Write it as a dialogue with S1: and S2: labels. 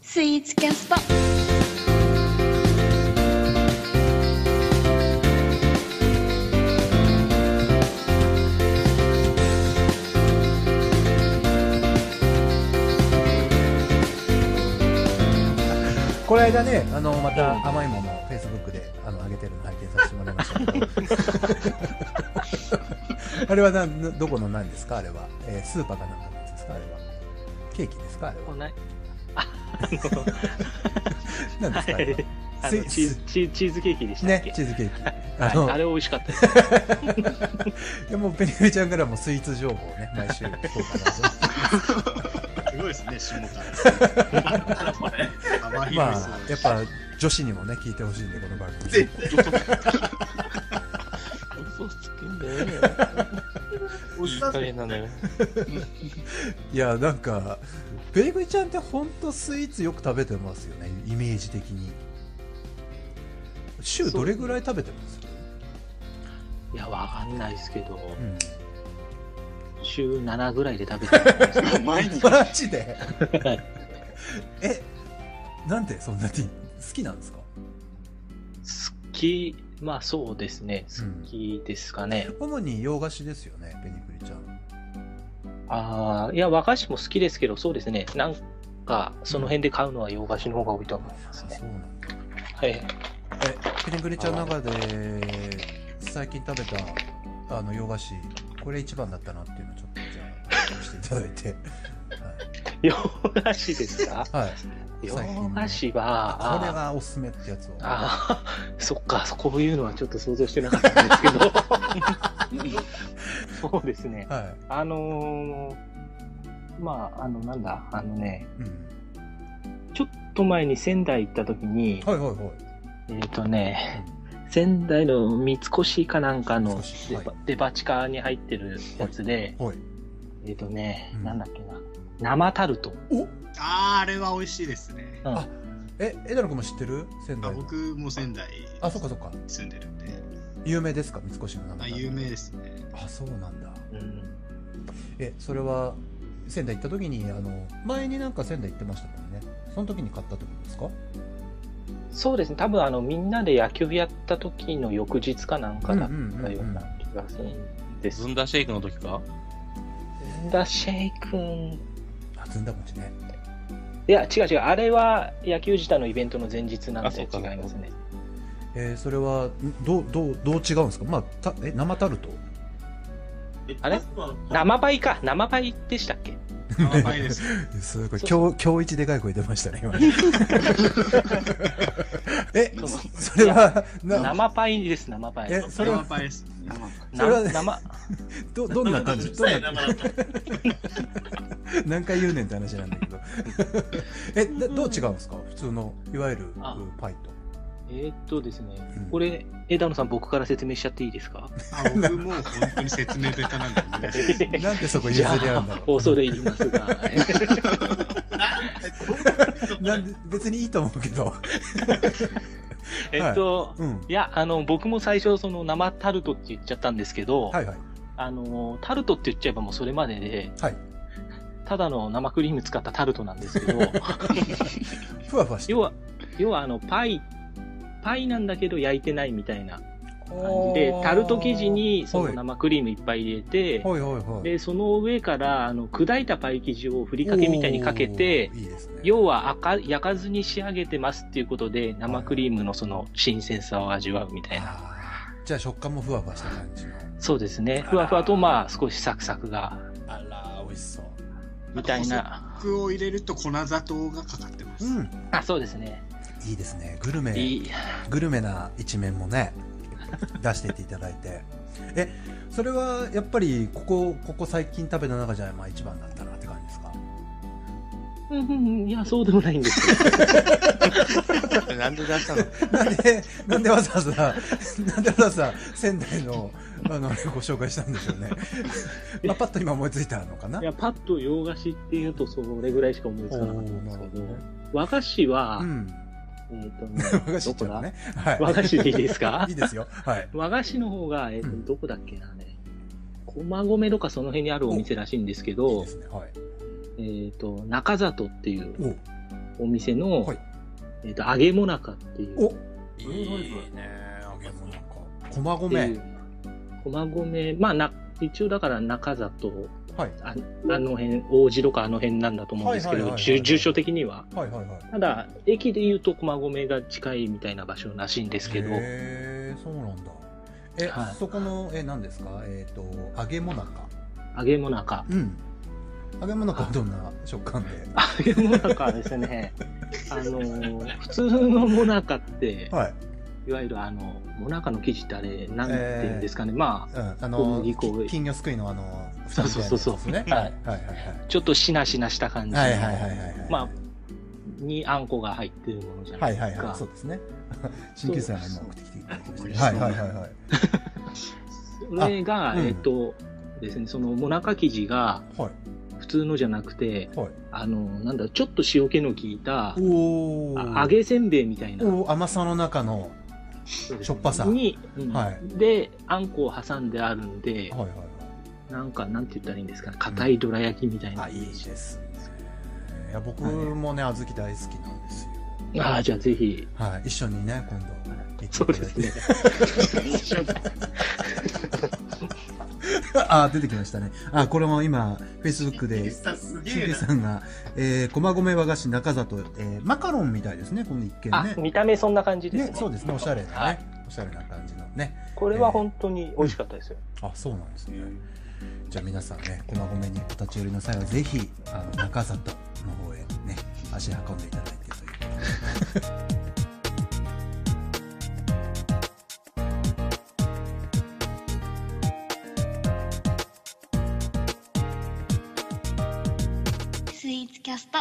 S1: スイーツキャスト
S2: この間ね、あの、また甘いものを Facebook で、あの、上げてるの拝見させてもらいましたけど。あ れはなん、どこの何ですかあれは。えースーパーかなんかのやつですかあれは。ケーキですかあれ
S3: も
S2: は
S3: う。ないああ
S2: 何ですかあれは。
S3: のあ
S2: スイ
S3: のチーズチーチーズケーキでしたっ
S2: ね
S3: け、、
S2: チーズケーキ。
S3: は
S2: あ
S3: い
S2: の、
S3: あれ美味しかったで
S2: い
S3: す
S2: やもうペニフェちゃんからもスイーツ情報をね、毎週聞こうかなと。
S4: すごいですね、下 から。幅広い
S2: まあ
S4: そう、
S2: やっぱ女子にもね、聞いてほしいんで、この番組。
S4: 全然
S3: 嘘つけんだよ
S4: おっ
S3: いい
S4: さん
S3: 加減なんだよ
S2: いや、なんか、ペニフェちゃんって本当スイーツよく食べてますよね、イメージ的に。週どれぐらい食べてます
S3: いやわかんないですけど
S2: うん。
S3: 週7ぐらいで食べてるんです けど
S4: 毎日
S2: マジ でえ、なんでそんなに好きなんですか
S3: 好きまあそうですね好きですかね、
S2: 主に洋菓子ですよね、ペニフェちゃん。
S3: ああいや和菓子も好きですけどそうですねなんかその辺で買うのは洋菓子の方が多いと思いますね
S2: そ、うなんだ
S3: はい
S2: え、プリングリちゃんの中で最近食べたあの洋菓子、これ一番だったなっていうのをちょっとじゃあ、していただいて。
S3: 洋菓子で すか
S2: はい。はい、
S3: 洋
S2: 最近の
S3: 菓子は
S2: これ
S3: あー
S2: がおすすめってやつを。
S3: あー そっかこういうのはちょっと想像してなかったんですけど そうですね
S2: は
S3: あのーまああのなんだあのね
S2: い。うん。
S3: ちょっと前に仙台行った時に、
S2: はいはいはい。
S3: えっ、とね、仙台の三越かなんかの
S2: 三越は
S3: デ
S2: い
S3: パ,、地下に入ってるやつで、
S2: はい。
S3: えっ、とね、
S2: うん
S3: なんだっけな、生タルト。
S2: お
S4: あーあれは美味しいですね。
S3: うん
S2: あえ、えだのくんも知ってる仙
S4: あ
S2: 台の。
S4: 僕も仙台
S2: あ、そっかそっか。
S4: 住んでるんで、
S2: 有名ですか三越の名
S4: あ
S2: 前。
S4: 有名ですね。
S2: あ、そうなんだ。
S3: うん
S2: え、それは、仙台行った時に、あの、前になんか仙台行ってましたもんね。その時に買ったってことですか
S3: そうですね、多分あのみんなで野球やった時の翌日かなんかだったような気がするんです。
S5: ずんだシェイクの時か
S3: ずんだシェイ君。
S2: あ、ずんだ餅ね。
S3: いや、違う違う、あれは野球自体のイベントの前日なん
S5: あそ
S3: で
S5: うか
S3: 違いますね。
S2: えーそれはんどうどうどう違うんですか、まあ、たえ生タルト
S3: あれ生パイか、生パイでしたっけ
S4: 甘いです。
S2: すごい
S3: そう
S2: 今日今日一でかい声出ましたね 今 え
S3: そう
S2: それはな
S3: 生パイです、生パイ。
S2: え それは
S4: 甘いです。
S2: それは
S3: な生
S2: どどんな感じどんな 何回言うねんって話なんだけど えなどう違うんですか普通のいわゆる
S3: あ
S2: うんパイと
S3: えーっとですね、
S2: うん
S3: これ、枝野さん、僕から説明しちゃっていいですか
S4: あ僕もう本当に説明下手なんで無理 です。
S2: なんでそこ譲り合うんだろ
S3: 放送で 言いますが、
S2: うなんで別にいいと思うけど、
S3: えーっと、
S2: うん、
S3: いや、あの、僕も最初、その、生タルトって言っちゃったんですけど、
S2: はいはい
S3: あの、タルトって言っちゃえばもうそれまでで、
S2: はい
S3: ただの生クリーム使ったタルトなんですけ ど、
S2: ふわふわして
S3: 要は、要は、あの、パイ、パイなんだけど焼いてないみたいな感じで、タルト生地にその生クリームいっぱい入れて、
S2: はいはいはい
S3: で、その上から、あの、砕いたパイ生地をふりかけみたいにかけて
S2: お、ーいいですね
S3: 要は赤焼かずに仕上げてますっていうことで生クリームのその新鮮さを味わうみたいな
S2: あーじゃあ食感もふわふわした感じの
S3: そうですね
S2: あー
S3: ふわふわとまあ少しサクサクが
S2: あら美味しそう
S3: みたいな
S4: 僕を入れると粉砂糖がかかってます。
S2: うん
S3: あそうですね
S2: いいですねグルメ
S3: いい
S2: グルメな一面もね出していっていただいてえそれはやっぱりここここ最近食べた中じゃまあ一番だったなって感じですか
S3: うんうんうんいやそうでもない んですよ
S5: なんで出したの
S2: なんでなんでわざわざなんでわざわざ仙台のあのあれをご紹介したんでしょうね、まあ、パッと今思いついたのかない
S3: やパッと洋菓子っていうとそれぐらいしか思いつかなかったんですけど和菓子は、
S2: うん
S3: えっ、と
S2: 和
S3: ね
S2: 菓子っ
S3: ど
S2: て
S3: こ
S2: いうの
S3: だ、
S2: ねはい
S3: 和菓子でいいですか
S2: いいですよはい
S3: 和菓子の方が、えっ、
S2: う
S3: と
S2: ん
S3: どこだっけなね駒込とかその辺にあるお店らしいんですけ
S2: いい
S3: ど
S2: で、すねはい
S3: えっ、と、中里っていう
S2: お
S3: お店の、
S2: はい
S3: えっと揚げもなかっていう
S2: おい
S4: れ
S2: いね揚げ物か駒
S3: ってい
S2: 込
S3: う駒込まあな一応だから中里
S2: はい
S3: ああの辺大城かあの辺なんだと思うんです
S2: は
S3: け
S2: い
S3: ど
S2: はいはいはい
S3: 住住所的には
S2: はいはいはい
S3: ただ駅でいうと駒込が近いみたいな場所らしいんですけど
S2: へーそうなんだえ、
S3: はい
S2: そこのえ何ですかえっ、と揚げもなか
S3: 揚げもなか
S2: うん揚げもなかはどんな食感で
S3: 揚げもなかはです ねあのー普通のもなかって
S2: はい、
S3: いわゆるあのもなかの生地ってあれなんて言うんですかね、まあ
S2: うん、あ
S3: 小
S2: の
S3: 麦粉
S2: 金魚すくいのあの
S3: そうそうそうそう
S2: 二人みたいなやつですねはい
S3: ちょっとしなしなした感じの
S2: はいはいはいはいはいはいはい
S3: まあにあんこが入ってるものじゃな
S2: はいい
S3: ですか、
S2: はいはいそうですね新旧さんが今送ってきていただきました
S4: そう
S2: はいはいはいはい
S3: それが、
S2: あうん
S3: えっとですねそのもなか生地が
S2: はい
S3: 普通のじゃなくて
S2: はい
S3: あのなんだちょっと塩気の効いた
S2: お
S3: あ揚
S2: ー
S3: げせんべいみたいな
S2: おー甘さの中のしょっぱさ
S3: に、うん
S2: はい
S3: であんこを挟んであるんで
S2: はいはいはい
S3: なんかなんて言ったらいいんですかね硬いどら焼きみたいな、
S2: あいいですねいや僕もね、小豆大好きなんですよ
S3: ああじゃあぜひ
S2: はい、一緒にね、今度行っていた
S3: そう
S2: だいて。
S3: ですね
S2: あ、出てきましたね。あ、これも今、Facebook で、
S4: 喫茶す
S2: し
S4: げ
S2: ん
S4: え
S2: げ
S4: な。
S2: さんが、えー、駒込和菓子中里、えー、マカロンみたいですね、この一見
S3: あ
S2: ね。
S3: 見た目そんな感じですね
S2: ね、そうですね、おしゃれなね、
S3: はい
S2: おしゃれな感じのね。
S3: これは本当に美味しかったですよ、
S2: あ、そうなんですね。じゃあ皆さんね、駒込にお立ち寄りの際は、ぜひ、あの、中里の方へね、足運んでいただいてという。
S1: スイーツキャスト